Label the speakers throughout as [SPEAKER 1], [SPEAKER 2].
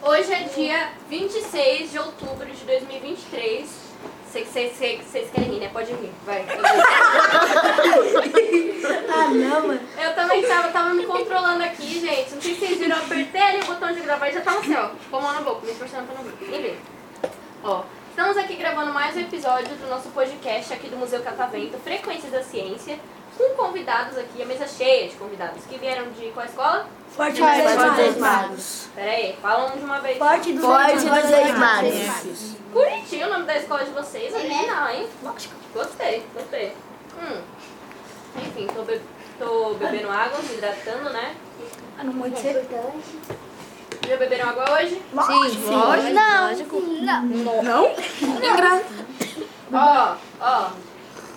[SPEAKER 1] Hoje é dia 26 de outubro de 2023. Vocês querem rir, né? Pode rir, vai.
[SPEAKER 2] Ah, não, mano.
[SPEAKER 1] Eu também tava, tava me controlando aqui, gente. Não sei se vocês viram, eu apertei ali o botão de gravar e já tava assim, ó. Com a mão na boca, me esforçando pra não rir. Enfim. Ó, estamos aqui gravando mais um episódio do nosso podcast aqui do Museu Catavento, Frequências da Ciência, com convidados aqui, a mesa cheia de convidados que vieram de qual escola?
[SPEAKER 2] Forte
[SPEAKER 3] Forte
[SPEAKER 2] dos
[SPEAKER 3] dos
[SPEAKER 2] Reis
[SPEAKER 3] Reis
[SPEAKER 2] Magos.
[SPEAKER 1] Pera aí, falam de uma vez.
[SPEAKER 2] Forte dos
[SPEAKER 3] Forte
[SPEAKER 2] Reis
[SPEAKER 3] dos
[SPEAKER 2] Magos.
[SPEAKER 3] Reis
[SPEAKER 1] Bonitinho o nome da escola de vocês, original, hein? Gostei, gostei. Hum. Enfim, tô, be- tô bebendo água, me hidratando, né?
[SPEAKER 2] Ah, não pode ser?
[SPEAKER 1] Já beberam água hoje?
[SPEAKER 3] Sim, lógico.
[SPEAKER 2] Não.
[SPEAKER 1] Ó, ó.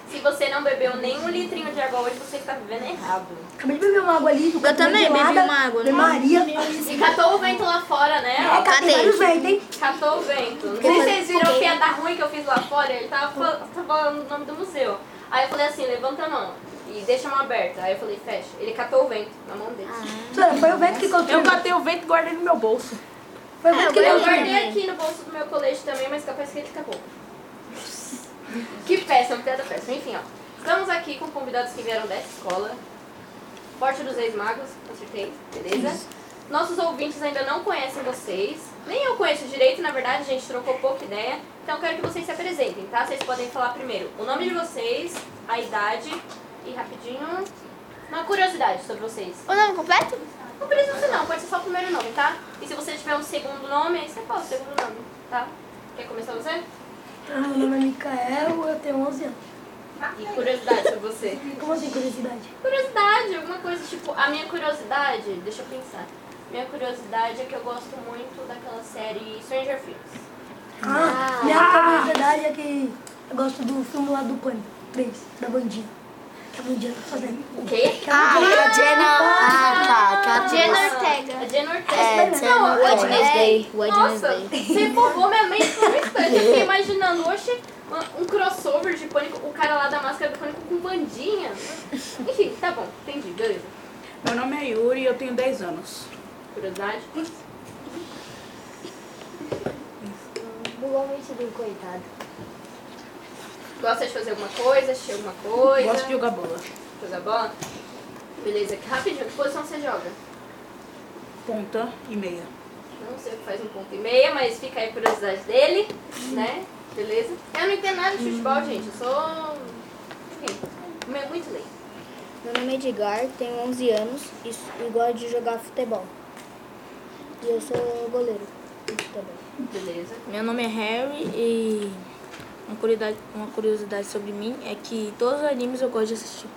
[SPEAKER 1] Se você não bebeu nenhum litrinho de água hoje, você que tá vivendo errado.
[SPEAKER 2] Acabei de beber uma água ali.
[SPEAKER 3] Eu também bebi
[SPEAKER 2] gelada,
[SPEAKER 3] uma água,
[SPEAKER 2] de
[SPEAKER 3] não. é?
[SPEAKER 2] Maria. tá
[SPEAKER 1] E catou o vento lá fora, né?
[SPEAKER 2] Cara, tem
[SPEAKER 3] Cadê?
[SPEAKER 2] vários verdes, hein?
[SPEAKER 1] É. Catou o vento. Não sei se vocês viram a piada ruim que eu fiz lá fora. Ele tava fal- tava falando o nome do museu. Aí eu falei assim, levanta a mão e deixa a mão aberta. Aí eu falei, fecha. Ele catou o vento na mão dele.
[SPEAKER 2] Sora, foi o vento que contou.
[SPEAKER 4] Eu catei o vento e guardei no meu bolso.
[SPEAKER 2] Foi
[SPEAKER 3] É,
[SPEAKER 2] o vento que
[SPEAKER 1] Eu
[SPEAKER 2] contou.
[SPEAKER 1] guardei aqui no bolso do meu colete também, mas capaz que ele acabou. Que péssimo, piada péssima. Enfim, ó. Estamos aqui com convidados que vieram dessa escola. Forte dos Reis Magos, acertei, beleza? Nossos ouvintes ainda não conhecem vocês. Nem eu conheço direito, na verdade, a gente trocou pouca ideia. Então eu quero que vocês se apresentem, tá? Vocês podem falar primeiro o nome de vocês, a idade e rapidinho uma curiosidade sobre vocês.
[SPEAKER 3] O nome completo?
[SPEAKER 1] Não precisa ser não, pode ser só o primeiro nome, tá? E se você tiver um segundo nome, aí você fala o segundo nome, tá? Quer começar você?
[SPEAKER 2] Ah, Meu nome é Micael, eu tenho 11 anos.
[SPEAKER 1] Ah, E curiosidade sobre você.
[SPEAKER 2] Como assim, curiosidade?
[SPEAKER 1] Curiosidade, alguma coisa tipo, a minha curiosidade, deixa eu pensar. Minha curiosidade é que eu gosto muito daquela série Stranger Things.
[SPEAKER 2] Ah, minha curiosidade é que eu gosto do filme lá do Pânico 3, da Bandinha. Que a Bandinha tá fazendo.
[SPEAKER 1] O quê?
[SPEAKER 3] Ah, a Jenna. Ah, tá.
[SPEAKER 1] Jenna
[SPEAKER 3] Jenna.
[SPEAKER 1] Ortega. A Jenna Ortega.
[SPEAKER 3] É,
[SPEAKER 1] não,
[SPEAKER 3] Jenna.
[SPEAKER 1] eu admirei.
[SPEAKER 3] Wednesday.
[SPEAKER 1] Nossa,
[SPEAKER 3] Wednesday.
[SPEAKER 1] você empolgou minha mente por um instante. Eu fiquei imaginando, oxe, um- um crossover de pânico, o cara lá da máscara do pânico com bandinha. Enfim, tá bom, entendi, beleza.
[SPEAKER 4] Meu nome é Yuri e eu tenho 10 anos.
[SPEAKER 1] Curiosidade?
[SPEAKER 3] Bugou o vestido, coitado.
[SPEAKER 1] Gosta de fazer alguma coisa, assistir alguma coisa?
[SPEAKER 5] é.
[SPEAKER 4] Gosto de jogar bola.
[SPEAKER 1] jogar bola? Beleza, que rapidinho, que posição você joga?
[SPEAKER 4] Ponta e meia.
[SPEAKER 1] Não sei o que faz um ponto e meia, mas fica aí a curiosidade dele, né? Beleza? Eu não entendo nada de futebol,
[SPEAKER 4] Hum.
[SPEAKER 1] gente. Eu sou. Enfim, me- muito lei.
[SPEAKER 5] Meu nome é Edgar, tenho 11 anos e, s- e gosto de jogar futebol. E eu sou goleiro de futebol.
[SPEAKER 1] Beleza.
[SPEAKER 6] Meu nome é Harry e uma curiosidade, uma curiosidade sobre mim é que todos os animes eu gosto de assistir.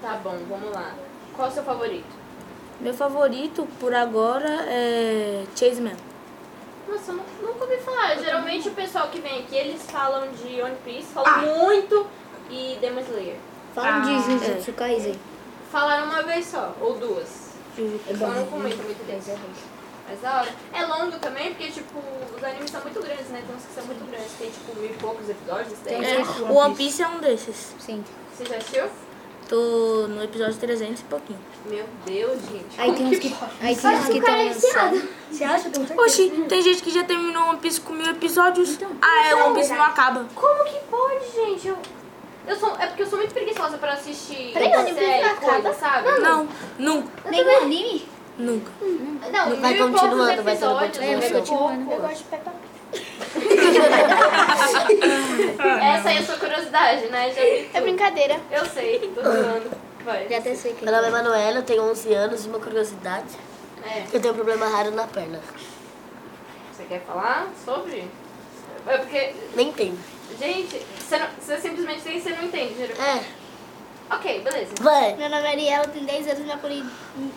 [SPEAKER 1] Tá bom, vamos lá. Qual o seu favorito?
[SPEAKER 6] Meu favorito por agora é Chase Man.
[SPEAKER 1] Nossa, eu nu- nunca ouvi falar. Geralmente o pessoal que vem aqui, eles falam de One Piece, falam
[SPEAKER 6] Ah!
[SPEAKER 1] muito e Demon Slayer.
[SPEAKER 5] Fala
[SPEAKER 3] Ah,
[SPEAKER 5] de Jujutsu
[SPEAKER 3] é.
[SPEAKER 5] Kaisen.
[SPEAKER 1] Falaram uma vez só, ou duas.
[SPEAKER 5] É
[SPEAKER 1] Só não
[SPEAKER 5] bom.
[SPEAKER 1] comenta muito deles. Mas da hora. É longo também, porque, tipo, os animes são muito grandes, né? Tem uns que são muito grandes. Tem, tipo, mil e poucos episódios. Esse daí.
[SPEAKER 6] É, o One Piece é um desses.
[SPEAKER 5] Sim.
[SPEAKER 1] Você já assistiu?
[SPEAKER 6] Tô no episódio 300 e pouquinho.
[SPEAKER 1] Meu Deus, gente.
[SPEAKER 5] Aí tem uns que aí tem uns que
[SPEAKER 1] é
[SPEAKER 5] estão lançando.
[SPEAKER 2] Você acha que eu não sei?
[SPEAKER 6] Oxi, tem gente que já terminou One Piece com mil episódios. ah, é, o One Piece não acaba.
[SPEAKER 1] Como que pode, gente? Eu... Eu sou... É porque eu sou muito preguiçosa pra assistir
[SPEAKER 5] Peraí, o anime
[SPEAKER 1] série,
[SPEAKER 5] não
[SPEAKER 1] coisa,
[SPEAKER 5] acaba?
[SPEAKER 1] sabe?
[SPEAKER 6] Não, nunca,
[SPEAKER 5] Nenhum anime?
[SPEAKER 6] nunca.
[SPEAKER 1] Não,
[SPEAKER 3] vai
[SPEAKER 1] mil e poucos
[SPEAKER 3] continuando, vai todo
[SPEAKER 1] episódios,
[SPEAKER 3] continuando,
[SPEAKER 5] É,
[SPEAKER 1] mil e
[SPEAKER 3] vai continuando.
[SPEAKER 1] pouco.
[SPEAKER 5] Eu tipo um gosto de Peppa
[SPEAKER 1] Essa aí é a sua curiosidade, né? Já vi tudo.
[SPEAKER 5] É brincadeira.
[SPEAKER 1] Eu sei, tô zoando. Vai.
[SPEAKER 5] Já até sei quem.
[SPEAKER 3] Meu nome é Manuela, eu tenho 11 anos e uma curiosidade.
[SPEAKER 1] É.
[SPEAKER 3] Eu tenho um problema raro na perna.
[SPEAKER 1] Você quer falar sobre? É porque
[SPEAKER 3] Nem tenho.
[SPEAKER 1] Gente, você, não- você simplesmente tem você não entende. Juro.
[SPEAKER 3] É,
[SPEAKER 1] Ok, beleza.
[SPEAKER 3] vai.
[SPEAKER 5] Meu nome é Ariel, tenho 10 anos, minha curi...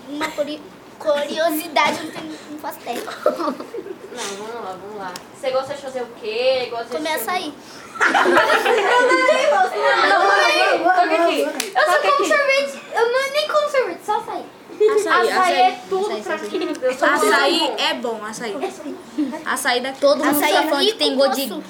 [SPEAKER 5] uma curi... curiosidade, não, tenho, não faço tempo.
[SPEAKER 1] Não, vamos lá, vamos lá. Você gosta de fazer o quê? Gosta
[SPEAKER 5] Comer
[SPEAKER 1] de...
[SPEAKER 5] açaí.
[SPEAKER 1] Não, não, não, não, não, não, não, não, não, não, não, não, não, não, não, não, não,
[SPEAKER 5] Eu só como sorvete, eu não, nem como sorvete, só açaí.
[SPEAKER 6] Açaí,
[SPEAKER 1] Açaí é
[SPEAKER 6] açaí.
[SPEAKER 1] tudo pra mim. Eu sou
[SPEAKER 6] Açaí
[SPEAKER 1] muito bom.
[SPEAKER 6] é bom, açaí. Açaí é daqui.
[SPEAKER 5] Todo mundo tá falando que tem gosto de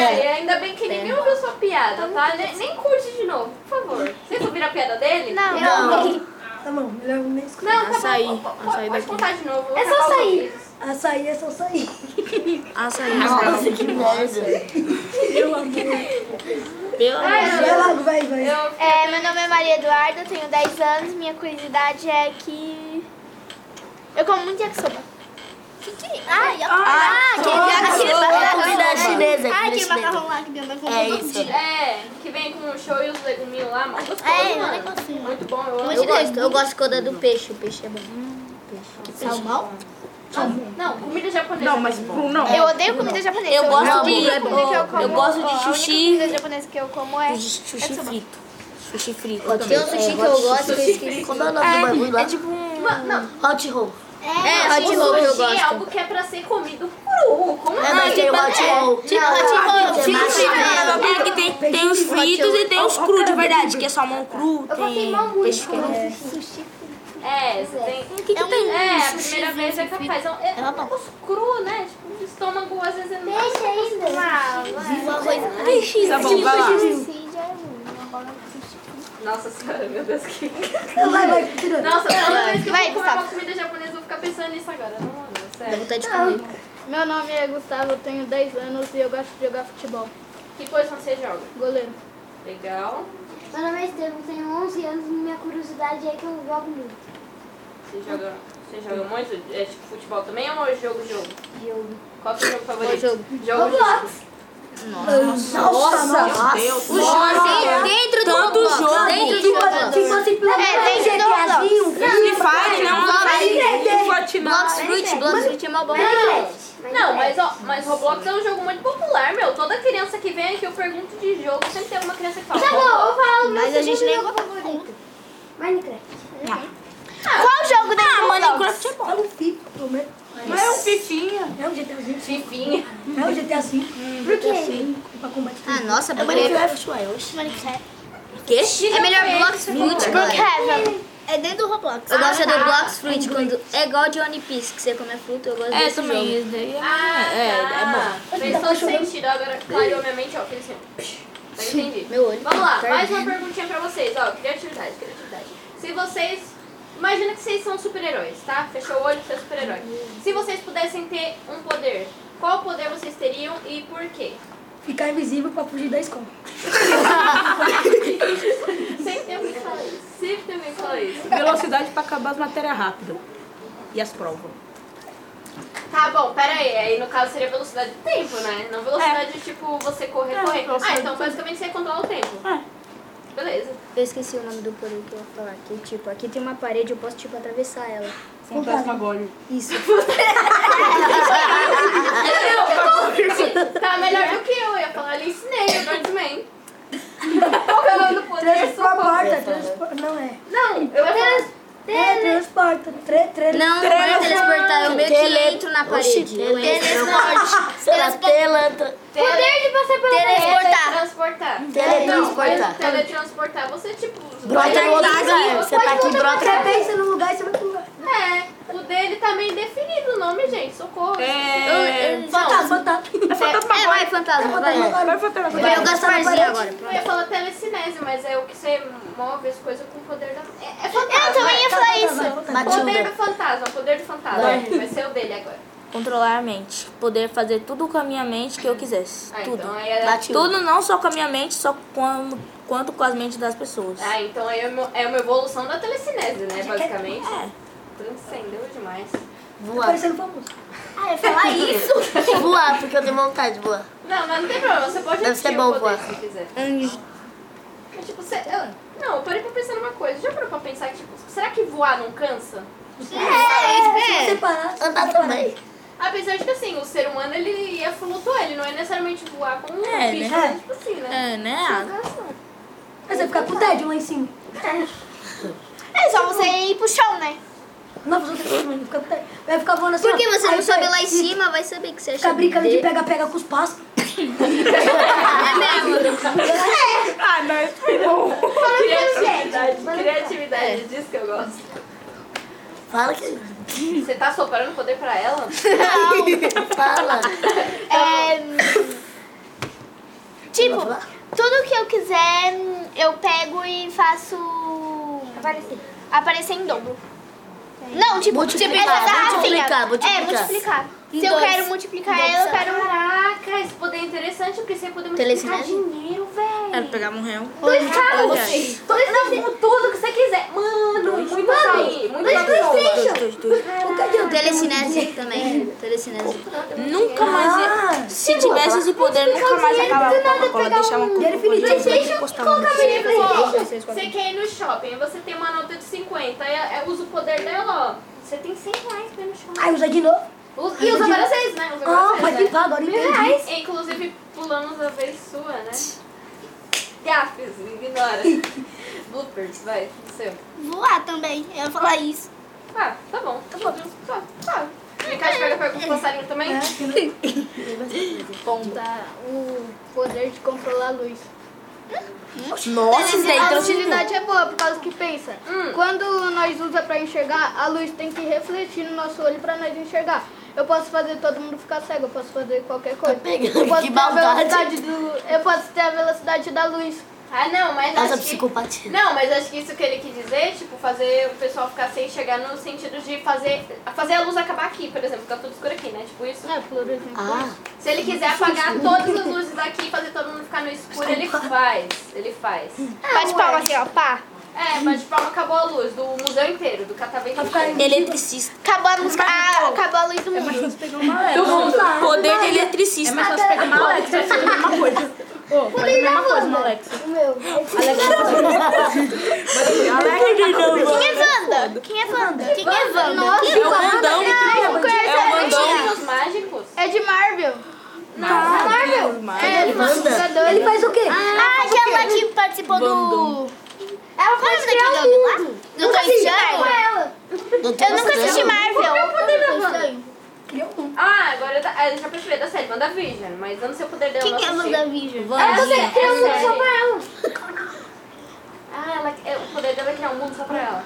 [SPEAKER 1] É, e ainda bem que ninguém ouviu sua piada, tá? Nem, nem curte de novo, por favor. Vocês ouviram a piada dele? Não.
[SPEAKER 2] Tá bom, melhor nem escutar.
[SPEAKER 1] Não, tá
[SPEAKER 6] Açaí,
[SPEAKER 1] bom. Pode,
[SPEAKER 6] açaí
[SPEAKER 1] pode
[SPEAKER 6] daqui.
[SPEAKER 1] contar de novo.
[SPEAKER 5] É só açaí.
[SPEAKER 1] sair.
[SPEAKER 2] Açaí é só sair.
[SPEAKER 6] Açaí.
[SPEAKER 3] Nossa, que merda.
[SPEAKER 6] Pelo amor de
[SPEAKER 2] Vai logo, vai, vai.
[SPEAKER 1] Eu
[SPEAKER 7] É, meu nome é Maria Eduarda, tenho 10 anos, minha curiosidade é que eu como muito yakisoba. Que que é? Ai, ó. ah, aquele
[SPEAKER 3] Aquele macarrão da chinesa.
[SPEAKER 6] é
[SPEAKER 7] ah,
[SPEAKER 3] aquele
[SPEAKER 7] aquele
[SPEAKER 3] chinesa.
[SPEAKER 7] macarrão lá que minha mãe comprou.
[SPEAKER 3] É isso.
[SPEAKER 1] É, que vem com o show e os leguminhos lá, mal gostoso,
[SPEAKER 7] É,
[SPEAKER 1] mano.
[SPEAKER 7] eu não consigo.
[SPEAKER 1] Muito bom, eu
[SPEAKER 5] Eu
[SPEAKER 1] amo.
[SPEAKER 5] gosto, eu gosto quando é do peixe, o peixe é bom.
[SPEAKER 6] Hum,
[SPEAKER 5] Salmão?
[SPEAKER 1] Não, comida japonesa.
[SPEAKER 4] Não, mas Bruno, não.
[SPEAKER 7] Eu odeio comida japonesa.
[SPEAKER 6] Eu gosto
[SPEAKER 7] a
[SPEAKER 6] de-
[SPEAKER 7] única comida que
[SPEAKER 6] eu
[SPEAKER 7] como-
[SPEAKER 6] gosto de
[SPEAKER 7] a única
[SPEAKER 6] sushi.
[SPEAKER 7] comida japonesa que eu como é
[SPEAKER 6] Deus. Sushi
[SPEAKER 7] yakisoba.
[SPEAKER 6] frito. Sushi frito.
[SPEAKER 3] Hot
[SPEAKER 5] Tem um sushi que eu gosto, que eu esqueci.
[SPEAKER 3] Como é o nome do bagulho lá?
[SPEAKER 6] É tipo um.
[SPEAKER 1] Mano, não,
[SPEAKER 3] Hot roll.
[SPEAKER 5] É, hot
[SPEAKER 1] o
[SPEAKER 5] roll que eu
[SPEAKER 1] sushi é
[SPEAKER 5] gosto.
[SPEAKER 1] algo que é pra ser comido cru. Como assim?
[SPEAKER 3] É, mas tem o hot roll.
[SPEAKER 5] Tipo hot roll.
[SPEAKER 6] Frito, frito, É que tem, tem os fritos e tem os cru de verdade, que é salmão cru, tem peixe cru.
[SPEAKER 1] É, você tem...
[SPEAKER 6] O
[SPEAKER 5] um
[SPEAKER 6] que, que tem?
[SPEAKER 1] É, a primeira vez é capaz. É um, é um negócio cru, né? Tipo, o estômago às vezes é não tá
[SPEAKER 5] Viva arroz.
[SPEAKER 4] Tá bom, vai lá.
[SPEAKER 1] tá- Nossa senhora, meu Deus, que.
[SPEAKER 2] Vai, vai, tirando.
[SPEAKER 1] Nossa, toda vez que
[SPEAKER 7] Vai,
[SPEAKER 1] eu vou comer uma
[SPEAKER 7] Gustavo.
[SPEAKER 1] comida japonesa, eu vou ficar pensando nisso agora. Não, não,
[SPEAKER 5] Dá
[SPEAKER 1] sério.
[SPEAKER 5] vontade de comer.
[SPEAKER 7] Meu nome é Gustavo, eu tenho 10 anos e eu gosto de jogar futebol.
[SPEAKER 1] Que posição você joga?
[SPEAKER 7] Goleiro.
[SPEAKER 1] Legal.
[SPEAKER 8] Meu nome é Estevam, tenho 11 anos e minha curiosidade é que eu jogo muito.
[SPEAKER 1] Você joga, você joga muito? É tipo futebol também ou é jogo, jogo?
[SPEAKER 8] Jogo.
[SPEAKER 1] Qual que é o jogo favorito?
[SPEAKER 5] jogo.
[SPEAKER 1] Jogo, jogo.
[SPEAKER 4] Meu Deus.
[SPEAKER 5] Dentro do
[SPEAKER 6] Tanto
[SPEAKER 5] robô.
[SPEAKER 6] jogo.
[SPEAKER 5] Dentro do
[SPEAKER 2] Tá
[SPEAKER 5] robô.
[SPEAKER 2] Tipo assim, pelo menos
[SPEAKER 7] tem
[SPEAKER 2] GTA V, um
[SPEAKER 4] Free Fire, não.
[SPEAKER 5] Blocks Fruit, Blocks Fruit é mó bom. É.
[SPEAKER 1] Não, mas, ó, mas Roblox é um jogo muito popular, meu. Toda criança que vem aqui, eu pergunto de jogo, sempre tem alguma criança que fala.
[SPEAKER 8] Tá bom, eu vou falar o meu
[SPEAKER 5] Mas a gente
[SPEAKER 8] segundo
[SPEAKER 5] nem-
[SPEAKER 8] jogo favorito. Minecraft.
[SPEAKER 7] Qual jogo da
[SPEAKER 6] Ah, Minecraft é bom.
[SPEAKER 2] É um FIFA, pelo menos.
[SPEAKER 4] Mas é um fifinha.
[SPEAKER 2] É um GTA V.
[SPEAKER 1] Fifinha.
[SPEAKER 2] É um GTA V.
[SPEAKER 8] Por quê?
[SPEAKER 2] é Pra combater.
[SPEAKER 5] Ah, nossa,
[SPEAKER 3] É
[SPEAKER 5] porque...
[SPEAKER 3] Minecraft, ué. oxe.
[SPEAKER 5] Quê? É melhor Blocks Fruit, mano.
[SPEAKER 7] Brookhaven.
[SPEAKER 5] É dentro do Roblox. Eu gosto do Blocks Fruit, quando... É igual de One Piece, que você come a fruta, eu gosto
[SPEAKER 6] É,
[SPEAKER 5] desse jogo.
[SPEAKER 6] também. Isso daí é,
[SPEAKER 1] Ah,
[SPEAKER 6] é, é bom.
[SPEAKER 1] tá. Fez todo sentido, agora clareou minha mente, ó, aquele assim, ó. Eu entendi.
[SPEAKER 5] Meu olho.
[SPEAKER 1] Vamos lá,
[SPEAKER 5] tá
[SPEAKER 1] mais uma
[SPEAKER 5] ardendo.
[SPEAKER 1] perguntinha pra vocês, ó, criatividade, criatividade. Se vocês, imagina que vocês são super-heróis, tá? Fechou o olho, você é super-herói. Se vocês pudessem ter um poder, qual poder vocês teriam e por quê?
[SPEAKER 2] Ficar invisível pra fugir da escola.
[SPEAKER 1] Sempre tem alguém que fala isso. Sempre tem alguém que fala isso.
[SPEAKER 4] Velocidade pra acabar as matérias rápido. E as provas.
[SPEAKER 1] Tá bom, pera aí. Aí no caso seria velocidade do tempo, né? Não velocidade de tipo você correr, correr. Ah, então basicamente você controla o tempo. É. Beleza.
[SPEAKER 5] Eu esqueci o nome do poder que eu ia falar. Que, tipo, aqui tem uma parede, eu posso, tipo, atravessar ela.
[SPEAKER 4] Fantasma Gólio.
[SPEAKER 5] Isso.
[SPEAKER 1] Tá melhor do que eu, eu ia falar, eu ensinei o Birdman. Qual que é o nome do poder?
[SPEAKER 2] Transporta, transporta. Não é.
[SPEAKER 1] Não, eu ia falar.
[SPEAKER 2] É, transporta. Tre, tre,
[SPEAKER 5] Não, não é teleportar, eu meio que
[SPEAKER 3] Tele-
[SPEAKER 5] entro na parede. Eu entro.
[SPEAKER 3] Será telanta.
[SPEAKER 1] Poder de passar pela
[SPEAKER 5] Teleportar.
[SPEAKER 1] Transportar.
[SPEAKER 3] Teletransportar.
[SPEAKER 1] Teletransportar. Você, tipo. vai
[SPEAKER 3] Brota no outro
[SPEAKER 1] aqui,
[SPEAKER 3] lugar. Você tá aqui,
[SPEAKER 2] Você
[SPEAKER 3] brota.
[SPEAKER 2] pensa no lugar e você vai pro lugar.
[SPEAKER 1] É, o dele tá meio definido o nome, gente. Socorro.
[SPEAKER 4] É.
[SPEAKER 1] Não,
[SPEAKER 2] Fantasma, fantasma.
[SPEAKER 5] É, vai, fantasma, vai.
[SPEAKER 2] Fantasma,
[SPEAKER 4] Vai
[SPEAKER 2] Tá, vai.
[SPEAKER 4] fantasma
[SPEAKER 5] Vai o Gasparzinho agora.
[SPEAKER 1] Eu ia falar telecinese, mas é o que você move as coisas com o poder da. É, é fantasma.
[SPEAKER 7] Eu também ia falar isso.
[SPEAKER 2] Vai, fantasma.
[SPEAKER 1] Poder
[SPEAKER 3] Matilda.
[SPEAKER 1] do fantasma, poder do fantasma. Vai ser o dele agora.
[SPEAKER 6] Controlar a mente. Poder fazer tudo com a minha mente que eu quisesse.
[SPEAKER 1] Ah,
[SPEAKER 6] Tudo.
[SPEAKER 1] então aí é.
[SPEAKER 3] Matilda.
[SPEAKER 6] Tudo não só com a minha mente, só com, quanto com as mentes das pessoas.
[SPEAKER 1] Ah, então aí é uma, é uma evolução da telecinese, né? Basicamente.
[SPEAKER 6] É.
[SPEAKER 1] Transcendeu demais.
[SPEAKER 2] Tá
[SPEAKER 3] Voar.
[SPEAKER 2] parecendo famoso.
[SPEAKER 3] Voar, porque eu tenho vontade de voar.
[SPEAKER 1] Não, mas não tem problema, você pode
[SPEAKER 3] Deve ser
[SPEAKER 1] adquirir
[SPEAKER 3] bom
[SPEAKER 1] o poder
[SPEAKER 3] voar.
[SPEAKER 1] se quiser. Mas tipo, você. eu- não, eu parei pra pensar numa coisa. Já parou pra pensar que, tipo, será que voar não cansa?
[SPEAKER 5] É.
[SPEAKER 2] Se você parar, se
[SPEAKER 3] Andar
[SPEAKER 2] você parar.
[SPEAKER 3] também.
[SPEAKER 1] Apesar de que assim, o ser humano ele ia flutuar, ele não é necessariamente voar como um
[SPEAKER 6] É,
[SPEAKER 1] bicho,
[SPEAKER 2] né?
[SPEAKER 1] mas, tipo assim, né?
[SPEAKER 6] É, né?
[SPEAKER 2] Mas você ficar com o tédio lá em cima.
[SPEAKER 7] É só você ir pro chão, né?
[SPEAKER 2] Não, você não fica com o tédio. Vai ficar voando assim.
[SPEAKER 5] Por que
[SPEAKER 2] ó.
[SPEAKER 5] você
[SPEAKER 2] Aí
[SPEAKER 5] não sobe
[SPEAKER 2] vai
[SPEAKER 5] lá em cima? Vai saber que você é acha
[SPEAKER 2] Ficar brincando de
[SPEAKER 5] besteira.
[SPEAKER 2] pega-pega com os pássaros.
[SPEAKER 4] Ah, mas foi bom.
[SPEAKER 1] É.
[SPEAKER 8] né,
[SPEAKER 1] Criatividade. Criatividade, diz que eu gosto.
[SPEAKER 7] Fala que.
[SPEAKER 1] Você tá soprando poder pra ela?
[SPEAKER 7] Fala.
[SPEAKER 5] É, hum, tipo, tudo que eu quiser, hum, eu pego e faço. Aparecer. em dobro. Não, tipo,
[SPEAKER 7] Multiplicar,
[SPEAKER 5] essa garrafinha.
[SPEAKER 7] multiplicar,
[SPEAKER 5] É,
[SPEAKER 7] multiplicar.
[SPEAKER 5] multiplicar.
[SPEAKER 6] Em
[SPEAKER 5] Se eu
[SPEAKER 6] dois.
[SPEAKER 5] quero multiplicar
[SPEAKER 6] Em dois,
[SPEAKER 5] ela, eu
[SPEAKER 6] sabe?
[SPEAKER 5] quero.
[SPEAKER 1] É, Caraca, esse poder é interessante, porque você poder multiplicar
[SPEAKER 7] Telecinese?
[SPEAKER 1] dinheiro, velho.
[SPEAKER 6] Quero pegar um real.
[SPEAKER 1] Dois carros! Dois carros, tudo que você quiser. Mano, muito sair, muito sair.
[SPEAKER 6] Dois, dois, dois.
[SPEAKER 5] é
[SPEAKER 7] Telecinese também. Telecinese.
[SPEAKER 6] Nunca mais
[SPEAKER 7] Ah,
[SPEAKER 6] ia... Se tivesse esse poder, nunca mais acabava com a Coca-Cola. Deixava um
[SPEAKER 2] Dinheiro é infinito.
[SPEAKER 6] Deixa eu colocar
[SPEAKER 1] Você quer ir no shopping, você tem uma nota de 50, aí é- usa o poder dela, ó. Você tem 100 reais pra ir no shopping.
[SPEAKER 2] Aí usa de novo.
[SPEAKER 1] Usa- E usa várias vezes, né? Usa
[SPEAKER 2] Ah,
[SPEAKER 1] várias
[SPEAKER 2] pode
[SPEAKER 1] vezes, né?
[SPEAKER 2] limpar agora, entendi.
[SPEAKER 1] Reais. É, Inclusive, pulamos a vez sua, né? Gafes, ignora. Bloopers, vai, do seu.
[SPEAKER 5] Voar também, eu ia falar isso.
[SPEAKER 1] Ah, tá bom. Tá bom. É. Tá, tá. Vem cá, a gente pega pega com o passarinho também.
[SPEAKER 5] Tá, O poder de controlar a luz.
[SPEAKER 7] Nossa, tá isso daí
[SPEAKER 5] a
[SPEAKER 7] trouxe
[SPEAKER 5] utilidade é boa, por causa que pensa. Quando nós usa pra enxergar, a luz tem que refletir no nosso olho pra nós enxergar. Eu posso fazer todo mundo ficar cego, eu posso fazer qualquer coisa.
[SPEAKER 7] pegando,
[SPEAKER 5] eu posso
[SPEAKER 7] Tá que
[SPEAKER 5] ter a
[SPEAKER 7] maldade.
[SPEAKER 5] velocidade do. Eu posso ter a velocidade da luz.
[SPEAKER 1] Ah, não, mas acho
[SPEAKER 7] Nossa,
[SPEAKER 1] que...
[SPEAKER 7] psicopatia.
[SPEAKER 1] Não, mas acho que isso que ele quis dizer, tipo, fazer o pessoal ficar sem chegar no sentido de fazer, fazer a luz acabar aqui, por exemplo, ficar tudo escuro aqui, né? Tipo isso.
[SPEAKER 5] É, fluorescente.
[SPEAKER 7] Ah,
[SPEAKER 1] Se ele quiser apagar todas as luzes aqui e fazer todo mundo ficar no escuro, ele faz. Ele faz.
[SPEAKER 5] Bate palma assim, ó, pá.
[SPEAKER 1] É, mas de palma acabou a luz do museu inteiro, do catavento inteiro.
[SPEAKER 6] Eletricista.
[SPEAKER 5] Acabou a música. Ah, acabou a luz do mundo.
[SPEAKER 1] Do mundo.
[SPEAKER 7] Ah,
[SPEAKER 6] Poder de
[SPEAKER 7] é
[SPEAKER 6] eletricista.
[SPEAKER 4] Mas nós pegamos uma Alexa, faz a mesma coisa. Ô, faz a mesma coisa, uma Alexa.
[SPEAKER 5] Quem é Wanda? Quem é Wanda? Quem é Wanda? Nossa,
[SPEAKER 6] É o Vandão. É o Vandão.
[SPEAKER 1] Os mágicos.
[SPEAKER 5] É de Marvel.
[SPEAKER 6] Marvel.
[SPEAKER 5] É, de Marvel.
[SPEAKER 2] Ele faz o quê?
[SPEAKER 5] Ah, aquela que participou do. É Ela faz criar Do Tony Ela. Eu nunca assisti Marvel.
[SPEAKER 2] um.
[SPEAKER 1] Ah, agora eu, tá- eu já percebi da série WandaVision, mas eu não sei o poder dela.
[SPEAKER 5] Quem
[SPEAKER 1] não
[SPEAKER 5] que é
[SPEAKER 1] assisti.
[SPEAKER 5] WandaVision?
[SPEAKER 1] É, você criou um mundo só pra
[SPEAKER 5] série.
[SPEAKER 1] ela. Ah, ela, é, o poder dela é criar um mundo só pra ela.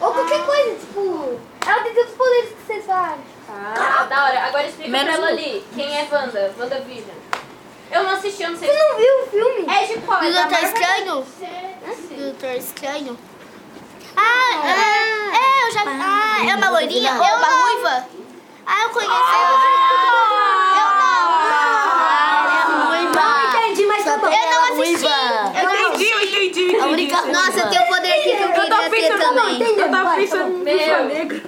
[SPEAKER 9] Ou qualquer coisa, tipo. Ela tem tantos poderes que vocês falaram.
[SPEAKER 1] Ah, da hora. Agora explica
[SPEAKER 6] Menos
[SPEAKER 1] pra ela
[SPEAKER 6] um.
[SPEAKER 1] ali quem é Wanda, WandaVision. Eu não assisti, eu não sei.
[SPEAKER 9] Você não viu o filme?
[SPEAKER 1] É de qual? É
[SPEAKER 5] Do
[SPEAKER 6] tá
[SPEAKER 1] da
[SPEAKER 5] Doutor
[SPEAKER 1] Marvel?
[SPEAKER 5] Estranho? Do Doutor Estranho? Ah, ah, é, eu já. Ah, é uma loirinha? Ou uma ruiva? Ah, eu conheço Ah. ela. Eu não. Ah, ela é ruiva.
[SPEAKER 7] mas tá bom.
[SPEAKER 5] Eu não assisti.
[SPEAKER 7] Uiva.
[SPEAKER 5] Eu não assisti.
[SPEAKER 4] Eu entendi, eu
[SPEAKER 7] A
[SPEAKER 4] entendi.
[SPEAKER 7] única.
[SPEAKER 5] Nossa, tem o poder aqui que eu queria ter também.
[SPEAKER 4] Eu tava pensando no
[SPEAKER 1] Meu.
[SPEAKER 4] Meu. Negra.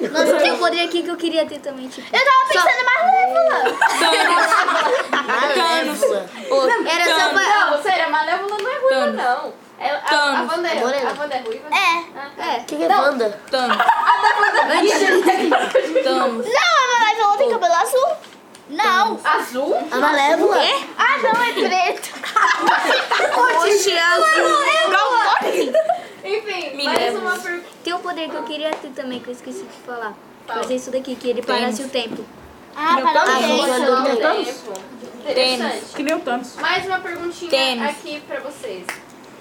[SPEAKER 7] Nossa, tem um poder aqui que eu queria ter também, tipo.
[SPEAKER 5] Eu tava pensando em Malévola.
[SPEAKER 7] Malévola.
[SPEAKER 5] Era só pra-
[SPEAKER 1] Não, sério, a Malévola não é ruiva,
[SPEAKER 6] Thanos.
[SPEAKER 1] não. É, a, a,
[SPEAKER 6] Thanos.
[SPEAKER 1] Wanda é,
[SPEAKER 7] Morena.
[SPEAKER 1] a Wanda é ruiva?
[SPEAKER 5] É, é.
[SPEAKER 7] Quem é Wanda?
[SPEAKER 6] Thanos. Thanos.
[SPEAKER 5] Não, a Malévola tem cabelo azul. Não.
[SPEAKER 1] Azul?
[SPEAKER 7] A Malévola.
[SPEAKER 5] Ah, não, é preto.
[SPEAKER 6] Oxe, é azul.
[SPEAKER 1] Enfim,
[SPEAKER 6] Me
[SPEAKER 1] mais
[SPEAKER 6] lembro.
[SPEAKER 1] uma pergunta.
[SPEAKER 7] Tem um poder que eu queria ter também, que eu esqueci de falar.
[SPEAKER 1] Fala.
[SPEAKER 7] Fazer isso daqui, que ele parece o tempo.
[SPEAKER 5] Ah, para
[SPEAKER 1] Não,
[SPEAKER 6] Thanos.
[SPEAKER 1] tempo. Interessante.
[SPEAKER 4] Que nem o Thanos.
[SPEAKER 1] Mais uma perguntinha
[SPEAKER 6] Tênis.
[SPEAKER 1] aqui pra vocês.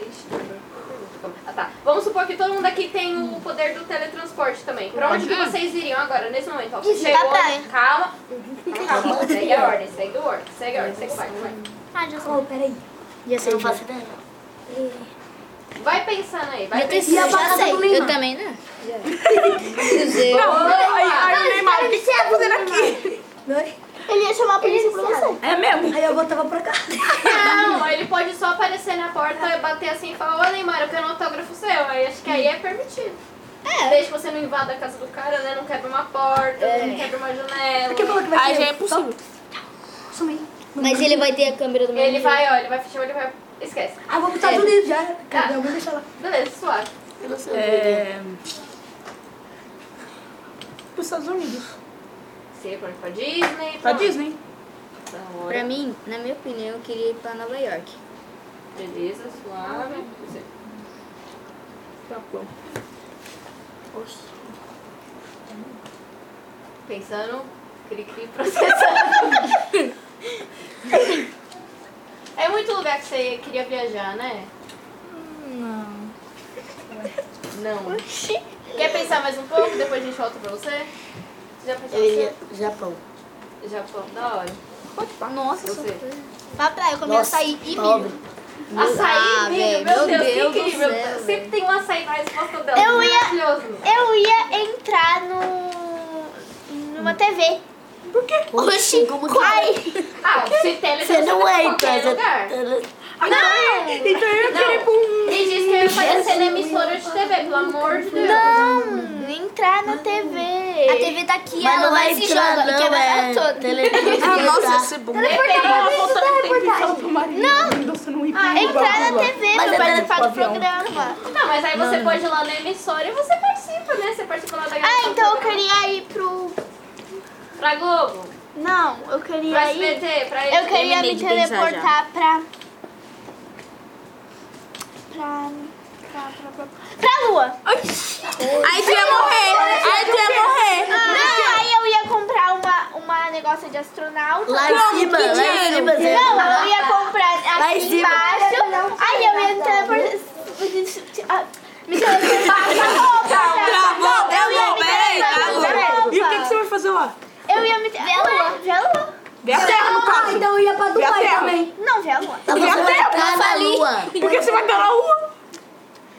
[SPEAKER 1] Ixi, pergunta, como- Ah, tá. Vamos supor que todo mundo aqui tem o poder do teletransporte também. Pra onde
[SPEAKER 4] Uhum.
[SPEAKER 1] que vocês iriam agora, nesse momento? Ó, você
[SPEAKER 5] Isso,
[SPEAKER 1] chegou, né?
[SPEAKER 5] pra praia.
[SPEAKER 1] calma. Calma, segue a ordem, segue a ordem, segue a ordem, segue o pai, vai.
[SPEAKER 5] Ah, já
[SPEAKER 2] Oh, peraí.
[SPEAKER 7] Já sei, não faço ideia.
[SPEAKER 1] Vai pensando aí, vai
[SPEAKER 2] E a
[SPEAKER 1] pensando.
[SPEAKER 2] batata do Neymar?
[SPEAKER 7] também, né?
[SPEAKER 4] Não, aí, aí o Neymar, o que você tá fazendo aqui?
[SPEAKER 2] Né?
[SPEAKER 5] Ele ia chamar a polícia pra você.
[SPEAKER 4] É mesmo?
[SPEAKER 2] Aí eu voltava pra cá.
[SPEAKER 1] Não, ele pode só aparecer na porta, bater assim e falar, ô Neymar, eu quero um autógrafo seu. Aí acho que aí é permitido. É. Desde que você não invada a casa do cara, né? Não quebra uma porta, não quebra uma janela.
[SPEAKER 2] Quem falou que vai
[SPEAKER 6] Aí
[SPEAKER 2] ser?
[SPEAKER 6] já é impossível.
[SPEAKER 2] Sumi.
[SPEAKER 7] Mas ele vai ter a câmera do
[SPEAKER 1] Ele vai, ó, ele vai fechar, ele vai... Esquece.
[SPEAKER 2] Ah, vou pros
[SPEAKER 5] É.
[SPEAKER 2] Estados Unidos já.
[SPEAKER 1] Tá.
[SPEAKER 2] Eu vou deixar lá.
[SPEAKER 1] Beleza, suave.
[SPEAKER 7] Eu não sei.
[SPEAKER 4] É... Pros Estados Unidos.
[SPEAKER 1] Você pode ir pra Disney. Então,
[SPEAKER 4] Pra Disney.
[SPEAKER 1] Da
[SPEAKER 7] Pra
[SPEAKER 1] hora.
[SPEAKER 7] mim, na minha opinião, eu queria ir pra Nova York.
[SPEAKER 1] Beleza, suave. Você-
[SPEAKER 4] Japão.
[SPEAKER 1] Pensando, cri-cri processando. É muito lugar que você queria viajar, né? Não. Não. Quer pensar mais um pouco? Depois a gente volta pra você? Já pensou você?
[SPEAKER 3] Japão.
[SPEAKER 1] Japão, da hora.
[SPEAKER 5] Nossa,
[SPEAKER 1] Você.
[SPEAKER 5] papai, eu comi
[SPEAKER 3] Nossa,
[SPEAKER 5] açaí e
[SPEAKER 3] pobre.
[SPEAKER 5] milho.
[SPEAKER 1] Açaí,
[SPEAKER 5] Ah,
[SPEAKER 1] milho,
[SPEAKER 5] velho,
[SPEAKER 1] meu,
[SPEAKER 5] meu
[SPEAKER 1] Deus,
[SPEAKER 5] Deus
[SPEAKER 1] que
[SPEAKER 5] do
[SPEAKER 1] incrível.
[SPEAKER 5] céu,
[SPEAKER 1] Sempre tem um açaí na resposta dela.
[SPEAKER 5] Eu ia-
[SPEAKER 1] Maravilhoso.
[SPEAKER 5] Eu ia entrar no. numa TV. Por quê? Oxi, como cai.
[SPEAKER 1] Ah, se
[SPEAKER 3] Você
[SPEAKER 1] teletransporta
[SPEAKER 5] é
[SPEAKER 3] não
[SPEAKER 1] pra
[SPEAKER 3] entra.
[SPEAKER 1] qualquer lugar.
[SPEAKER 3] Você...
[SPEAKER 1] Não,
[SPEAKER 4] Então
[SPEAKER 1] quem disse que eu ia aparecer na emissora de TV, pelo amor de Deus.
[SPEAKER 5] Não, entrar na TV. A TV tá aqui,
[SPEAKER 3] Mas
[SPEAKER 5] ela
[SPEAKER 3] não
[SPEAKER 5] vai
[SPEAKER 3] vai
[SPEAKER 5] se
[SPEAKER 3] entrar,
[SPEAKER 5] joga e
[SPEAKER 3] não,
[SPEAKER 5] quebra
[SPEAKER 3] é.
[SPEAKER 5] ela toda.
[SPEAKER 6] Ah,
[SPEAKER 3] Televisão.
[SPEAKER 6] nossa, esse bom.
[SPEAKER 5] Ah, entrar na TV
[SPEAKER 3] Mas
[SPEAKER 5] pra
[SPEAKER 3] é
[SPEAKER 5] participar do
[SPEAKER 3] televisão.
[SPEAKER 5] programa.
[SPEAKER 1] Não, mas aí você pode ir lá na emissora e você participa, né? Você participa lá da
[SPEAKER 5] Ah,
[SPEAKER 1] gravação
[SPEAKER 5] então eu
[SPEAKER 1] do programa.
[SPEAKER 5] queria ir pro.
[SPEAKER 1] Pra Globo,
[SPEAKER 5] Não,
[SPEAKER 1] pra
[SPEAKER 5] eu queria ir.
[SPEAKER 1] SBT, pra
[SPEAKER 5] Eu queria
[SPEAKER 6] Terminei
[SPEAKER 5] me
[SPEAKER 6] de pensar já.
[SPEAKER 5] teleportar pra. pra. pra. pra. pra, pra lua.
[SPEAKER 6] Aí tu ia morrer. Aí tu ia morrer.
[SPEAKER 5] Não, aí eu ia comprar uma, uma negócio de astronauta.
[SPEAKER 3] Lá em cima,
[SPEAKER 6] que
[SPEAKER 3] lá em
[SPEAKER 6] dinheiro?
[SPEAKER 3] cima. Zé.
[SPEAKER 5] Não, eu ia comprar aqui
[SPEAKER 3] Lá em cima.
[SPEAKER 5] embaixo. Aí eu ia me teleportar. Me teleportar pra roupa.
[SPEAKER 6] Travou, travou. Peraí, travou.
[SPEAKER 4] E o que, que você vai fazer lá?
[SPEAKER 5] Eu ia me. Vê a lua. Vê a lua.
[SPEAKER 6] Vê a
[SPEAKER 5] Tá
[SPEAKER 6] terra, no
[SPEAKER 2] Ah,
[SPEAKER 6] caso.
[SPEAKER 2] então eu ia pra
[SPEAKER 6] Vê a
[SPEAKER 2] Dubai
[SPEAKER 6] terra.
[SPEAKER 2] também.
[SPEAKER 5] Não, vê a lua.
[SPEAKER 3] Então Você vai entrar na lua.
[SPEAKER 4] E por que você vai estar na rua?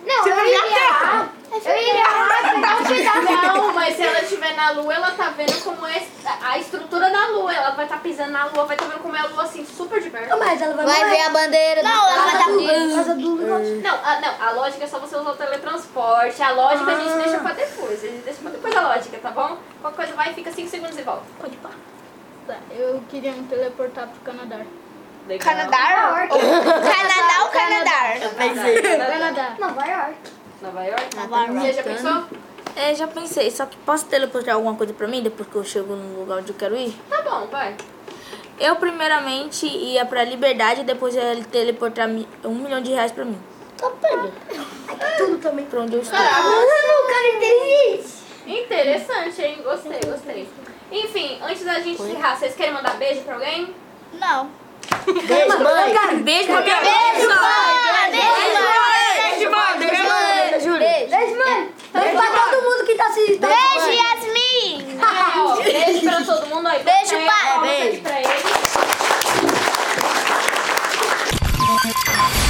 [SPEAKER 5] Não,
[SPEAKER 4] Você vai ver a terra.
[SPEAKER 5] eu iria
[SPEAKER 1] Não, mas se ela estiver na Lua, ela tá vendo como é a estrutura da Lua. Ela vai estar pisando na Lua, vai estar vendo como é a Lua assim, super de perto.
[SPEAKER 2] Não, mas ela vai,
[SPEAKER 3] Vai
[SPEAKER 2] morrer.
[SPEAKER 3] ver a bandeira do
[SPEAKER 5] Não, ela vai
[SPEAKER 3] Estados
[SPEAKER 5] dar
[SPEAKER 3] Unidos.
[SPEAKER 2] Por causa do negócio.
[SPEAKER 1] Não, a, não, a lógica é só você usar o teletransporte. A lógica a gente deixa pra depois. A gente deixa pra depois a lógica, tá bom? Qualquer coisa vai, fica 5 segundos e volta. Pode pá.
[SPEAKER 7] Tá, eu queria me teleportar pro Canadá.
[SPEAKER 1] Legal.
[SPEAKER 5] Canadá? Ou- Canadá ou Canadá?
[SPEAKER 1] Eu pensei.
[SPEAKER 7] Canadá.
[SPEAKER 8] Nova York.
[SPEAKER 1] Nova York? Você já pensou?
[SPEAKER 6] É, já pensei. Só que posso teleportar alguma coisa pra mim depois que eu chego no lugar onde eu quero ir?
[SPEAKER 1] Tá bom, vai.
[SPEAKER 6] Eu, primeiramente, ia pra Liberdade e depois ia teleportar mi- um milhão de reais pra mim.
[SPEAKER 2] Tudo também.
[SPEAKER 6] Pra onde eu estou.
[SPEAKER 5] Ah,
[SPEAKER 1] Interessante, hein? Gostei, gostei. Enfim, antes da gente encerrar, vocês querem mandar beijo pra alguém?
[SPEAKER 5] Não.
[SPEAKER 3] Beijo, mãe.
[SPEAKER 6] Beijo pra minha Beijo, Beijo, mãe. Beijo, mãe.
[SPEAKER 2] Beijo, mãe. Beijo pra todo mundo que tá assistindo.
[SPEAKER 5] Beijo, Yasmin!
[SPEAKER 1] É, ó, beijo pra todo mundo então aí.
[SPEAKER 5] Beijo,
[SPEAKER 1] Você,
[SPEAKER 5] pai.
[SPEAKER 1] ó,
[SPEAKER 3] Beijo.
[SPEAKER 1] Beijo pra ele.